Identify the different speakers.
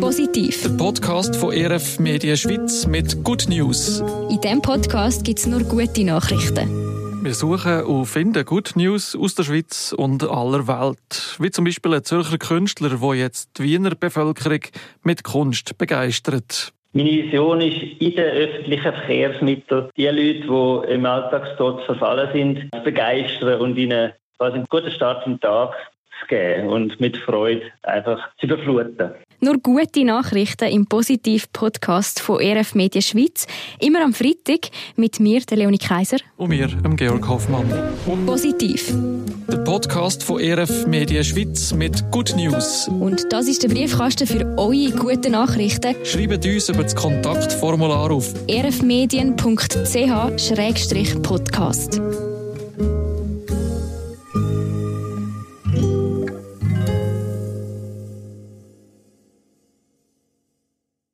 Speaker 1: Positiv.
Speaker 2: Der Podcast von RF Medien Schweiz mit Good News.
Speaker 1: In diesem Podcast gibt es nur gute Nachrichten.
Speaker 2: Wir suchen und finden Good News aus der Schweiz und aller Welt. Wie zum Beispiel ein Zürcher Künstler, der jetzt die Wiener Bevölkerung mit Kunst begeistert.
Speaker 3: Meine Vision ist, in den öffentlichen Verkehrsmitteln die Leute, die im Alltagstod verfallen sind, zu begeistern und ihnen quasi einen guten Start im Tag zu geben und mit Freude einfach zu überfluten.
Speaker 1: Nur gute Nachrichten im Positiv-Podcast von RF Medien Schweiz. Immer am Freitag mit mir, der Leonie Kaiser.
Speaker 2: Und wir, dem Georg Hoffmann.
Speaker 1: Positiv.
Speaker 2: Der Podcast von RF Medien Schweiz mit Good News.
Speaker 1: Und das ist der Briefkasten für eure guten Nachrichten.
Speaker 2: Schreibt uns über das Kontaktformular auf
Speaker 1: rfmedien.ch-podcast.